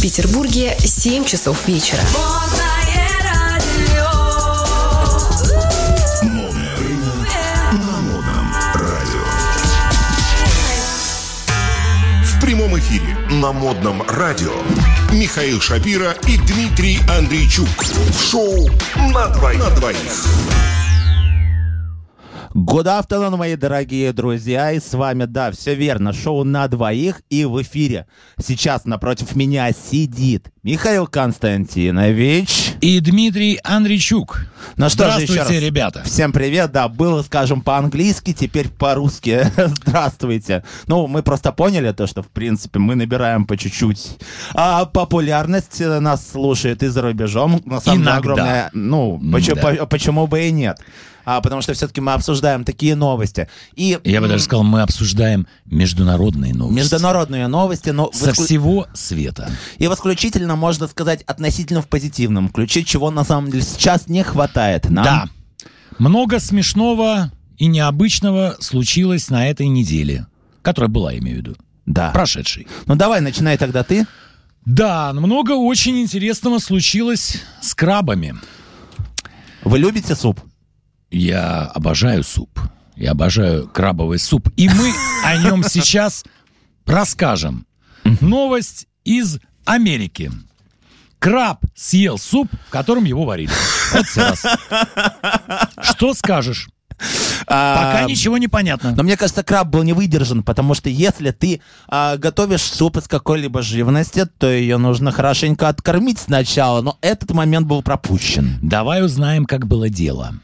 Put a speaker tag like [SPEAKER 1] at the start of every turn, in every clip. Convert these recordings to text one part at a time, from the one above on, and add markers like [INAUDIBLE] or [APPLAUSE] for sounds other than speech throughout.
[SPEAKER 1] Петербурге 7 часов вечера.
[SPEAKER 2] Модное время на модном радио. В прямом эфире на модном радио Михаил Шапира и Дмитрий Андрейчук. В шоу на двоих. На двоих.
[SPEAKER 3] Good afternoon, мои дорогие друзья, и с вами, да, все верно, шоу на двоих и в эфире. Сейчас напротив меня сидит Михаил Константинович.
[SPEAKER 4] И Дмитрий Андрейчук.
[SPEAKER 3] Ну что же, еще
[SPEAKER 4] Здравствуйте,
[SPEAKER 3] раз.
[SPEAKER 4] ребята.
[SPEAKER 3] Всем привет, да, было, скажем, по-английски, теперь по-русски. [LAUGHS] Здравствуйте. Ну, мы просто поняли то, что, в принципе, мы набираем по чуть-чуть. А популярность э, нас слушает и за рубежом. На самом деле,
[SPEAKER 4] Иногда.
[SPEAKER 3] огромная, ну, почему,
[SPEAKER 4] М-да.
[SPEAKER 3] по- почему бы и нет? А, потому что все-таки мы обсуждаем такие новости. И
[SPEAKER 4] Я бы даже сказал, мы обсуждаем международные новости.
[SPEAKER 3] международные новости, но в
[SPEAKER 4] Со
[SPEAKER 3] исклю-
[SPEAKER 4] всего света.
[SPEAKER 3] и в исключительно, можно сказать, относительно в позитивном ключе, чего на самом деле сейчас не хватает нам.
[SPEAKER 4] Да. Много смешного и необычного случилось на этой неделе, которая была, я имею в виду,
[SPEAKER 3] Да.
[SPEAKER 4] прошедшей.
[SPEAKER 3] Ну давай, начинай тогда ты.
[SPEAKER 4] Да, много очень интересного случилось с крабами.
[SPEAKER 3] Вы любите суп?
[SPEAKER 4] Я обожаю суп. Я обожаю крабовый суп. И мы о нем сейчас расскажем. Новость из Америки. Краб съел суп, в котором его варили. Вот раз. Что скажешь? Пока
[SPEAKER 3] А,
[SPEAKER 4] ничего не понятно.
[SPEAKER 3] Но мне кажется, краб был не выдержан, потому что если ты а, готовишь суп из какой-либо живности, то ее нужно хорошенько откормить сначала, но этот момент был пропущен.
[SPEAKER 4] Давай узнаем, как было дело.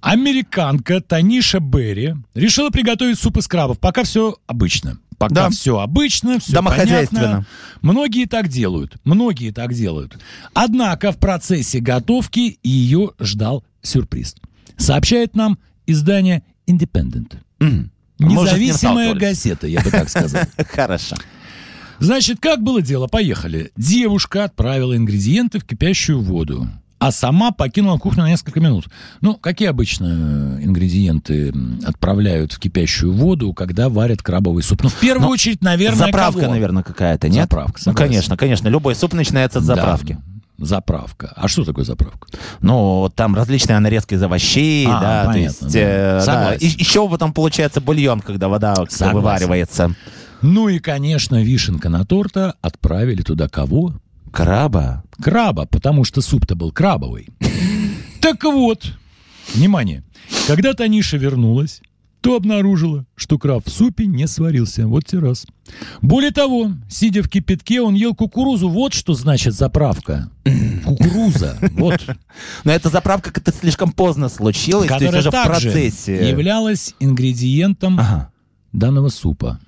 [SPEAKER 4] Американка Таниша Берри решила приготовить суп из крабов. Пока все обычно. Пока
[SPEAKER 3] Да.
[SPEAKER 4] все обычно, все
[SPEAKER 3] Домохозяйственно.
[SPEAKER 4] понятно. Многие так делают. Многие так делают. Однако в процессе готовки ее ждал сюрприз. Сообщает нам издание Independent.
[SPEAKER 3] Мы уже с ним
[SPEAKER 4] Независимая
[SPEAKER 3] сталкивались.
[SPEAKER 4] газета, я бы так сказал.
[SPEAKER 3] Хорошо.
[SPEAKER 4] Значит, как было дело? Поехали. Девушка отправила ингредиенты в кипящую воду, а сама покинула кухню на несколько минут. Ну, какие обычно э, ингредиенты м, отправляют в кипящую воду, когда варят крабовый суп? Ну, в первую
[SPEAKER 3] Ну,
[SPEAKER 4] очередь, наверное,
[SPEAKER 3] Заправка,
[SPEAKER 4] кого?
[SPEAKER 3] наверное, какая-то, нет?
[SPEAKER 4] Заправка,
[SPEAKER 3] Ну,
[SPEAKER 4] согласен.
[SPEAKER 3] конечно, конечно. Любой суп начинается с
[SPEAKER 4] Да,
[SPEAKER 3] заправки.
[SPEAKER 4] Заправка. А что такое заправка?
[SPEAKER 3] Ну, вот там различные нарезки из овощей,
[SPEAKER 4] А,
[SPEAKER 3] да,
[SPEAKER 4] понятно,
[SPEAKER 3] то есть, э,
[SPEAKER 4] да.
[SPEAKER 3] да.
[SPEAKER 4] Согласен.
[SPEAKER 3] И- еще потом получается бульон, когда вода как бы
[SPEAKER 4] Согласен.
[SPEAKER 3] вываривается.
[SPEAKER 4] Ну и, конечно, вишенка на торта отправили туда кого?
[SPEAKER 3] Краба?
[SPEAKER 4] краба, потому что суп-то
[SPEAKER 3] [LAUGHS]
[SPEAKER 4] был крабовый. Так вот, внимание, когда Таниша вернулась, то обнаружила, что краб в супе не сварился. Вот те раз. Более того, сидя в кипятке, он ел кукурузу. Вот что значит заправка.
[SPEAKER 3] [CLEARS THROAT]
[SPEAKER 4] Кукуруза. Вот.
[SPEAKER 3] Но эта заправка как-то слишком поздно случилась, [LAUGHS] то есть
[SPEAKER 4] Которая
[SPEAKER 3] уже в
[SPEAKER 4] также
[SPEAKER 3] процессе. А.
[SPEAKER 4] являлась ингредиентом
[SPEAKER 3] Ага.
[SPEAKER 4] данного супа.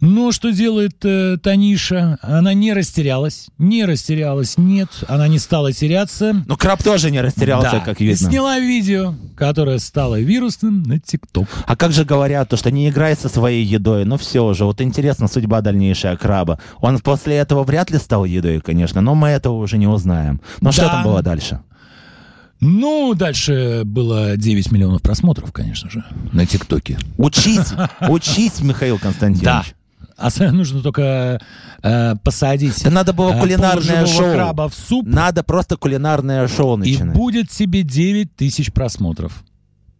[SPEAKER 4] Но что делает э, Таниша? Она не растерялась. Не растерялась, нет. Она не стала теряться.
[SPEAKER 3] Ну, краб тоже не растерялся,
[SPEAKER 4] Да.
[SPEAKER 3] как
[SPEAKER 4] И
[SPEAKER 3] видно.
[SPEAKER 4] сняла видео, которое стало вирусным на ТикТок.
[SPEAKER 3] А как же говорят, то, что не играй со своей едой, ну все уже, вот интересна судьба дальнейшая краба. Он после этого вряд ли стал едой, конечно, но мы этого уже не узнаем. Но что
[SPEAKER 4] Да.
[SPEAKER 3] там было дальше?
[SPEAKER 4] Ну, дальше было 9 миллионов просмотров, конечно же, на ТикТоке.
[SPEAKER 3] Учись,
[SPEAKER 4] [LAUGHS]
[SPEAKER 3] учись, Михаил Константинович.
[SPEAKER 4] А с- нужно только э, посадить
[SPEAKER 3] Да надо было
[SPEAKER 4] э,
[SPEAKER 3] кулинарное
[SPEAKER 4] полуживого
[SPEAKER 3] шоу.
[SPEAKER 4] краба в суп,
[SPEAKER 3] Надо просто кулинарное шоу
[SPEAKER 4] и
[SPEAKER 3] начинать.
[SPEAKER 4] будет тебе 9 тысяч просмотров.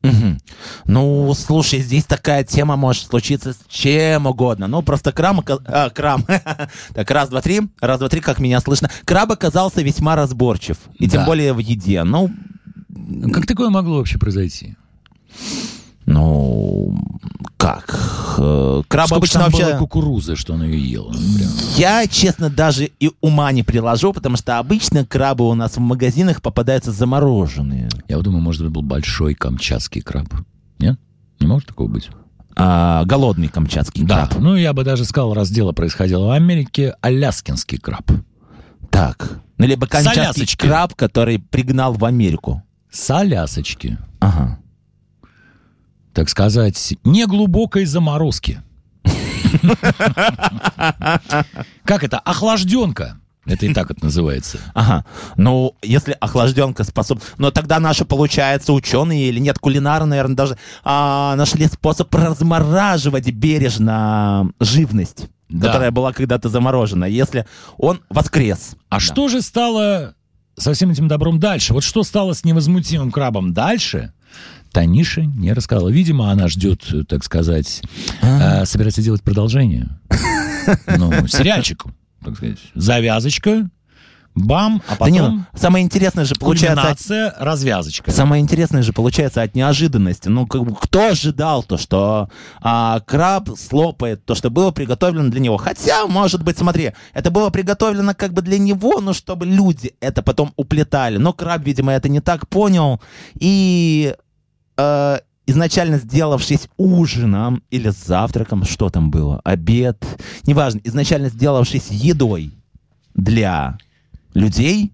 [SPEAKER 3] Мгм. Ну, слушай, здесь такая тема может случиться с чем угодно. Ну, просто крам... ока- а, крам. [LAUGHS] так, раз, два, три. Раз, два, три, как меня слышно. Краб оказался весьма разборчив. И тем
[SPEAKER 4] Да.
[SPEAKER 3] более в еде. Ну,
[SPEAKER 4] Как такое могло вообще произойти?
[SPEAKER 3] ну, как? Э, Краб
[SPEAKER 4] Сколько
[SPEAKER 3] обычно
[SPEAKER 4] там было
[SPEAKER 3] вообще...
[SPEAKER 4] кукурузы, что она ее ела? Прям.
[SPEAKER 3] Я, честно, даже и ума не приложу, потому что обычно крабы у нас в магазинах попадаются замороженные.
[SPEAKER 4] Я вот думаю, может быть, был большой камчатский краб. Нет? Не может такого быть?
[SPEAKER 3] А, голодный камчатский
[SPEAKER 4] Да,
[SPEAKER 3] краб.
[SPEAKER 4] ну я бы даже сказал, раз дело происходило в Америке, аляскинский краб.
[SPEAKER 3] Так. Ну, либо камчатский
[SPEAKER 4] Солясочки.
[SPEAKER 3] краб, который пригнал в Америку.
[SPEAKER 4] С алясочки,
[SPEAKER 3] Ага.
[SPEAKER 4] так сказать, неглубокой заморозки. Как это? Охлажденка. Это и так это называется.
[SPEAKER 3] Ага. Ну, если охлажденка способна... Но тогда наши, получается, ученые или нет, кулинары, наверное, даже а, нашли способ размораживать бережно живность.
[SPEAKER 4] Да.
[SPEAKER 3] которая была когда-то заморожена, если он воскрес.
[SPEAKER 4] А что же стало со всем этим добром дальше? Вот что стало с невозмутимым крабом дальше? Таниша не рассказала. Видимо, она ждет, э, так сказать,
[SPEAKER 3] А.
[SPEAKER 4] э, собирается делать продолжение. Ну, сериальчик, так сказать. Завязочка, бам, а
[SPEAKER 3] Да не, ну,
[SPEAKER 4] потом
[SPEAKER 3] самое интересное же получается... от-
[SPEAKER 4] кульминация, развязочка.
[SPEAKER 3] Самое интересное же получается от неожиданности. Ну, как бы, кто ожидал то, что а, краб слопает то, что было приготовлено для него? Хотя, может быть, смотри, это было приготовлено как бы для него, но чтобы люди это потом уплетали. Но краб, видимо, это не так понял. И э, изначально сделавшись ужином или завтраком, что там было, обед, неважно, изначально сделавшись едой для людей,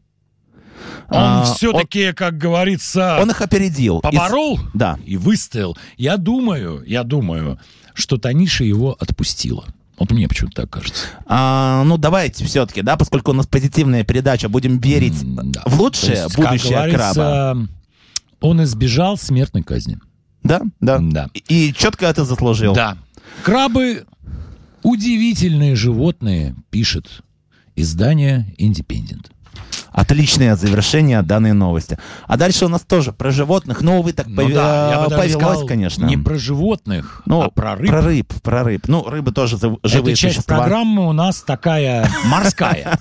[SPEAKER 4] Он
[SPEAKER 3] а,
[SPEAKER 4] все-таки, как говорится,
[SPEAKER 3] он их опередил. И с-
[SPEAKER 4] поборол
[SPEAKER 3] Да.
[SPEAKER 4] и выстоял. Я думаю, я думаю, что Таниша его отпустила. Вот мне почему-то так кажется.
[SPEAKER 3] А, ну, давайте все-таки, да, поскольку у нас позитивная передача, будем верить
[SPEAKER 4] М-да.
[SPEAKER 3] в лучшее
[SPEAKER 4] То есть, как
[SPEAKER 3] будущее
[SPEAKER 4] говорится,
[SPEAKER 3] краба.
[SPEAKER 4] Он избежал смертной казни.
[SPEAKER 3] Да, да.
[SPEAKER 4] Да.
[SPEAKER 3] И, четко это заслужил.
[SPEAKER 4] Да. Крабы удивительные животные, пишет издание Independent.
[SPEAKER 3] Отличное завершение данной новости. А дальше у нас тоже про животных. Ну, вы так
[SPEAKER 4] Ну
[SPEAKER 3] пове- э,
[SPEAKER 4] да, я бы даже
[SPEAKER 3] повелось,
[SPEAKER 4] сказал,
[SPEAKER 3] конечно.
[SPEAKER 4] Не про животных,
[SPEAKER 3] Ну,
[SPEAKER 4] а про рыб.
[SPEAKER 3] Про рыб, про рыб. Ну, рыбы тоже зав- живые
[SPEAKER 4] Эта часть
[SPEAKER 3] существа.
[SPEAKER 4] программы у нас такая
[SPEAKER 3] [LAUGHS]
[SPEAKER 4] морская,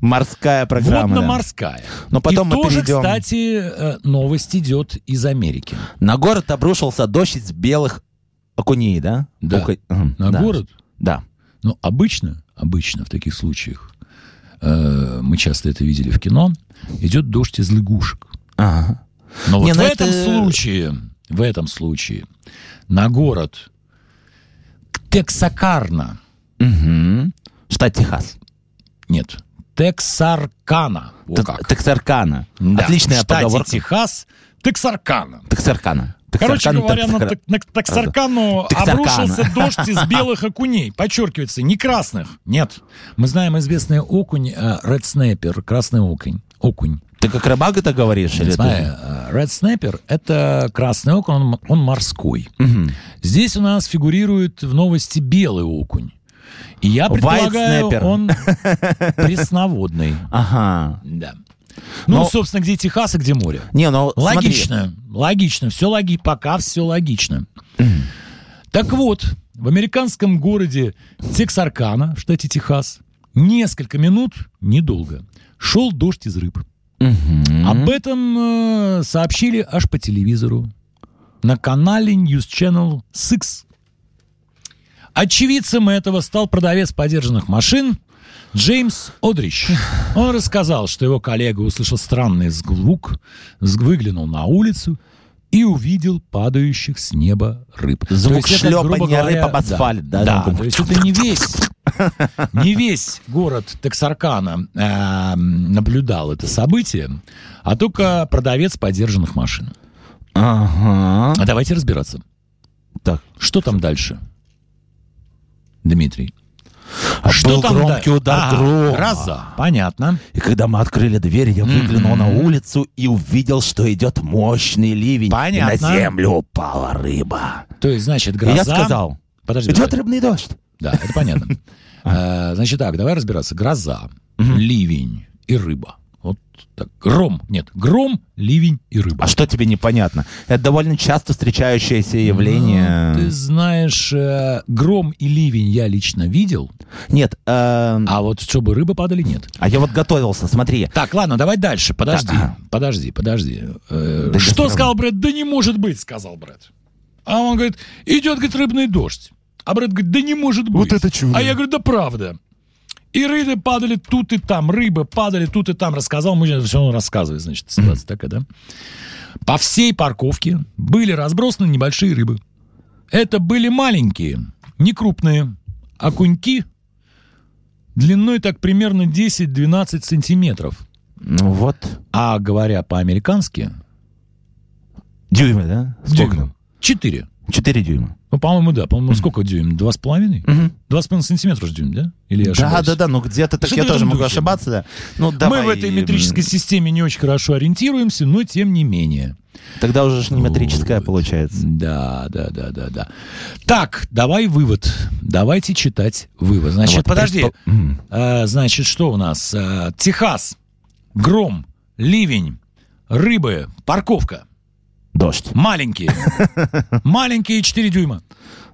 [SPEAKER 3] Морская программа. да.
[SPEAKER 4] водно-морская.
[SPEAKER 3] Но потом
[SPEAKER 4] И
[SPEAKER 3] мы
[SPEAKER 4] тоже,
[SPEAKER 3] перейдем.
[SPEAKER 4] кстати, э, новость идет из Америки.
[SPEAKER 3] На город обрушился дождь из белых окуней, да?
[SPEAKER 4] Да.
[SPEAKER 3] Окунь- Мгм,
[SPEAKER 4] На
[SPEAKER 3] да.
[SPEAKER 4] город
[SPEAKER 3] Да.
[SPEAKER 4] Но обычно, обычно в таких случаях, э, мы часто это видели в кино, идет дождь из лягушек.
[SPEAKER 3] Ага.
[SPEAKER 4] Но вот
[SPEAKER 3] Не,
[SPEAKER 4] в
[SPEAKER 3] ну
[SPEAKER 4] этом
[SPEAKER 3] это-
[SPEAKER 4] случае, в этом случае, на город Тексакарна,
[SPEAKER 3] Мгм. Штат Техас.
[SPEAKER 4] нет, Тексаркана, О,
[SPEAKER 3] Т-
[SPEAKER 4] как.
[SPEAKER 3] Тексаркана.
[SPEAKER 4] Да, в
[SPEAKER 3] Отличная
[SPEAKER 4] штате
[SPEAKER 3] поговорка.
[SPEAKER 4] Техас, Тексаркана.
[SPEAKER 3] Тексаркана.
[SPEAKER 4] Короче
[SPEAKER 3] Тексаркана,
[SPEAKER 4] говоря, ну, на,
[SPEAKER 3] Тексаркана.
[SPEAKER 4] Тек- на Тексаркану
[SPEAKER 3] Тексаркана.
[SPEAKER 4] обрушился дождь
[SPEAKER 3] [LAUGHS]
[SPEAKER 4] из белых окуней. Подчеркивается, не красных. Нет. Мы знаем известный окунь, э, Red Snapper, красный окунь. Окунь.
[SPEAKER 3] Ты как рыбак это говоришь? Или ты-
[SPEAKER 4] Знаю, э, Red Snapper — это красный окунь, он, м- он морской.
[SPEAKER 3] Мгм.
[SPEAKER 4] Здесь у нас фигурирует в новости белый окунь. И я
[SPEAKER 3] White
[SPEAKER 4] предполагаю,
[SPEAKER 3] snapper.
[SPEAKER 4] он
[SPEAKER 3] [LAUGHS]
[SPEAKER 4] пресноводный.
[SPEAKER 3] Ага.
[SPEAKER 4] Да. Ну,
[SPEAKER 3] Но-
[SPEAKER 4] собственно, где Техас и где море.
[SPEAKER 3] Не, ну смотри.
[SPEAKER 4] Логично, логично, все логи, пока все логично. Так вот, в американском городе Тексаркана, в штате Техас, несколько минут, недолго, шел дождь из рыб.
[SPEAKER 3] Мгм.
[SPEAKER 4] Об этом э, сообщили аж по телевизору на канале News Channel 6. Очевидцем этого стал продавец подержанных машин Джеймс Одрич. Он рассказал, что его коллега услышал странный звук, з- выглянул на улицу и увидел падающих с неба рыб.
[SPEAKER 3] Звук
[SPEAKER 4] То есть это,
[SPEAKER 3] шлепанья
[SPEAKER 4] грубо говоря,
[SPEAKER 3] рыб об асфальт, да,
[SPEAKER 4] Да,
[SPEAKER 3] там
[SPEAKER 4] то есть это не весь не весь город Тексаркана эм, наблюдал это событие, а только продавец подержанных машин.
[SPEAKER 3] Ага.
[SPEAKER 4] А давайте разбираться.
[SPEAKER 3] Так.
[SPEAKER 4] Что там дальше, Дмитрий?
[SPEAKER 3] А был громкий
[SPEAKER 4] да-
[SPEAKER 3] удар
[SPEAKER 4] Ага,
[SPEAKER 3] грома.
[SPEAKER 4] Гроза. Понятно.
[SPEAKER 3] И когда мы открыли дверь, я выглянул на улицу и увидел, что идет мощный ливень. И
[SPEAKER 4] Понятно.
[SPEAKER 3] на землю упала рыба.
[SPEAKER 4] То есть, значит,
[SPEAKER 3] И
[SPEAKER 4] гроза...
[SPEAKER 3] я сказал,
[SPEAKER 4] Подожди,
[SPEAKER 3] идет
[SPEAKER 4] подожди.
[SPEAKER 3] рыбный дождь.
[SPEAKER 4] Да, это
[SPEAKER 3] [LAUGHS]
[SPEAKER 4] понятно. Э, Значит так, давай разбираться. Гроза, ливень и рыба. Вот так. Гром. Нет, гром, ливень и рыба.
[SPEAKER 3] А что тебе непонятно? Это довольно часто встречающееся
[SPEAKER 4] Ну,
[SPEAKER 3] явление.
[SPEAKER 4] Ты знаешь, э, гром и ливень я лично видел,
[SPEAKER 3] Нет, эм,
[SPEAKER 4] а вот чтобы рыбы падали, нет.
[SPEAKER 3] а я вот готовился, смотри.
[SPEAKER 4] Так, ладно, давай дальше. Подожди,
[SPEAKER 3] Да.
[SPEAKER 4] подожди, подожди. Э,
[SPEAKER 3] Да я
[SPEAKER 4] что
[SPEAKER 3] справлюсь.
[SPEAKER 4] сказал Брэд? Да не может быть, сказал Брэд. А он говорит, идет, говорит, рыбный дождь. А Брэд говорит, да не может быть.
[SPEAKER 3] это чудо.
[SPEAKER 4] А я говорю, да правда. И рыбы падали тут и там, рыбы падали тут и там. Рассказал мужчина, все он рассказывает, значит, ситуация такая, да? По всей парковке были разбросаны небольшие рыбы. Это были маленькие, не крупные окуньки длиной так примерно 10-12 сантиметров.
[SPEAKER 3] Ну вот.
[SPEAKER 4] А говоря по-американски,
[SPEAKER 3] Дюймы, да? Сколько?
[SPEAKER 4] дюймов. Четыре.
[SPEAKER 3] 4 дюйма.
[SPEAKER 4] Ну, по-моему, да. По-моему, сколько дюйм? Два с половиной? Два с половиной сантиметра же дюйм, да? Или
[SPEAKER 3] Да,
[SPEAKER 4] я ошибаюсь?
[SPEAKER 3] да, да, ну где-то так
[SPEAKER 4] Что-то
[SPEAKER 3] я
[SPEAKER 4] в этом
[SPEAKER 3] тоже могу
[SPEAKER 4] духе.
[SPEAKER 3] ошибаться, да. Ну, давай,
[SPEAKER 4] Мы в этой метрической
[SPEAKER 3] м,
[SPEAKER 4] системе не очень хорошо ориентируемся, но тем не менее.
[SPEAKER 3] Тогда уже ж не метрическая
[SPEAKER 4] Вот.
[SPEAKER 3] получается.
[SPEAKER 4] Да, да, да, да, да. Так, давай вывод. Давайте читать вывод. Значит,
[SPEAKER 3] Вот,
[SPEAKER 4] подожди.
[SPEAKER 3] предпо- М.
[SPEAKER 4] А, значит, что у нас? А, Техас, гром, ливень, рыбы, парковка.
[SPEAKER 3] Дождь. [LAUGHS]
[SPEAKER 4] Маленькие. Маленькие 4 дюйма.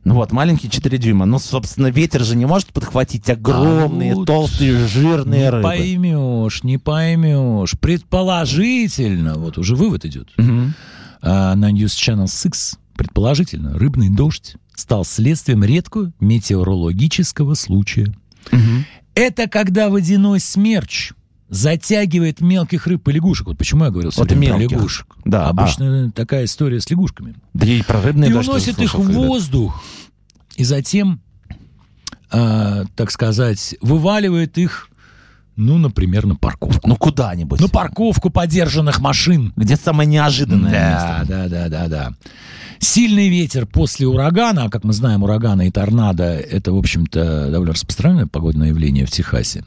[SPEAKER 3] Ну вот, маленькие 4 дюйма. Ну, собственно, ветер же не может подхватить огромные,
[SPEAKER 4] А вот
[SPEAKER 3] толстые, жирные
[SPEAKER 4] Не
[SPEAKER 3] рыбы.
[SPEAKER 4] поймешь, не поймешь. Предположительно, вот уже вывод идет.
[SPEAKER 3] Мгм.
[SPEAKER 4] А, на News Channel 6 предположительно рыбный дождь стал следствием редкого метеорологического случая.
[SPEAKER 3] Мгм.
[SPEAKER 4] Это когда водяной смерч затягивает мелких рыб и лягушек. Вот почему я говорил всё
[SPEAKER 3] Вот
[SPEAKER 4] время про
[SPEAKER 3] мелких.
[SPEAKER 4] лягушек.
[SPEAKER 3] Да, а.
[SPEAKER 4] Обычно такая история с лягушками.
[SPEAKER 3] Да и про рыбные
[SPEAKER 4] и
[SPEAKER 3] дождь тоже
[SPEAKER 4] уносит их
[SPEAKER 3] слышал
[SPEAKER 4] в
[SPEAKER 3] когда-то.
[SPEAKER 4] воздух. И затем, а, так сказать, вываливает их, ну, например, на парковку.
[SPEAKER 3] Ну, куда-нибудь.
[SPEAKER 4] На парковку подержанных машин.
[SPEAKER 3] Где самое неожиданное
[SPEAKER 4] Да,
[SPEAKER 3] место.
[SPEAKER 4] да, да, да, да. Сильный ветер после урагана, а как мы знаем, ураганы и торнадо это, в общем-то, довольно распространенное погодное явление в Техасе,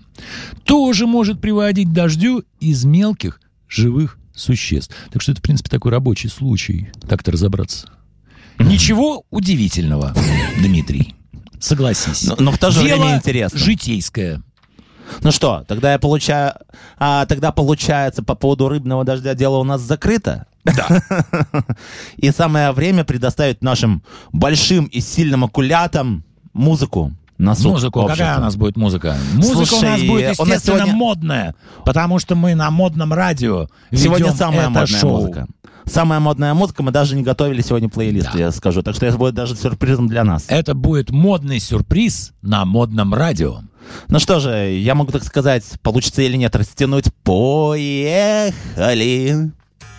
[SPEAKER 4] тоже может приводить к дождю из мелких живых существ. Так что это, в принципе, такой рабочий случай. Так-то разобраться. Ничего удивительного, Дмитрий. Согласись.
[SPEAKER 3] Но, но в то же
[SPEAKER 4] Дело
[SPEAKER 3] Ну, время интересно.
[SPEAKER 4] житейское.
[SPEAKER 3] Ну что, тогда я получаю... А, тогда получается, по поводу рыбного дождя дело у нас закрыто?
[SPEAKER 4] Да.
[SPEAKER 3] [LAUGHS] И самое время предоставить нашим большим и сильным акулятам музыку на суд
[SPEAKER 4] Музыку. Какая
[SPEAKER 3] общества.
[SPEAKER 4] у нас будет музыка? Музыка у нас
[SPEAKER 3] Слушай,
[SPEAKER 4] будет,
[SPEAKER 3] у нас
[SPEAKER 4] естественно,
[SPEAKER 3] сегодня-
[SPEAKER 4] модная. Потому что мы на модном радио
[SPEAKER 3] Сегодня
[SPEAKER 4] ведем
[SPEAKER 3] самая
[SPEAKER 4] это
[SPEAKER 3] модная
[SPEAKER 4] шоу.
[SPEAKER 3] музыка. Самая модная музыка. Мы даже не готовили сегодня плейлист,
[SPEAKER 4] Да. Э.
[SPEAKER 3] я скажу. Так что это будет даже сюрпризом для нас.
[SPEAKER 4] Это будет модный сюрприз на модном радио.
[SPEAKER 3] Ну что же, я могу так сказать, получится или нет, растянуть. Поехали!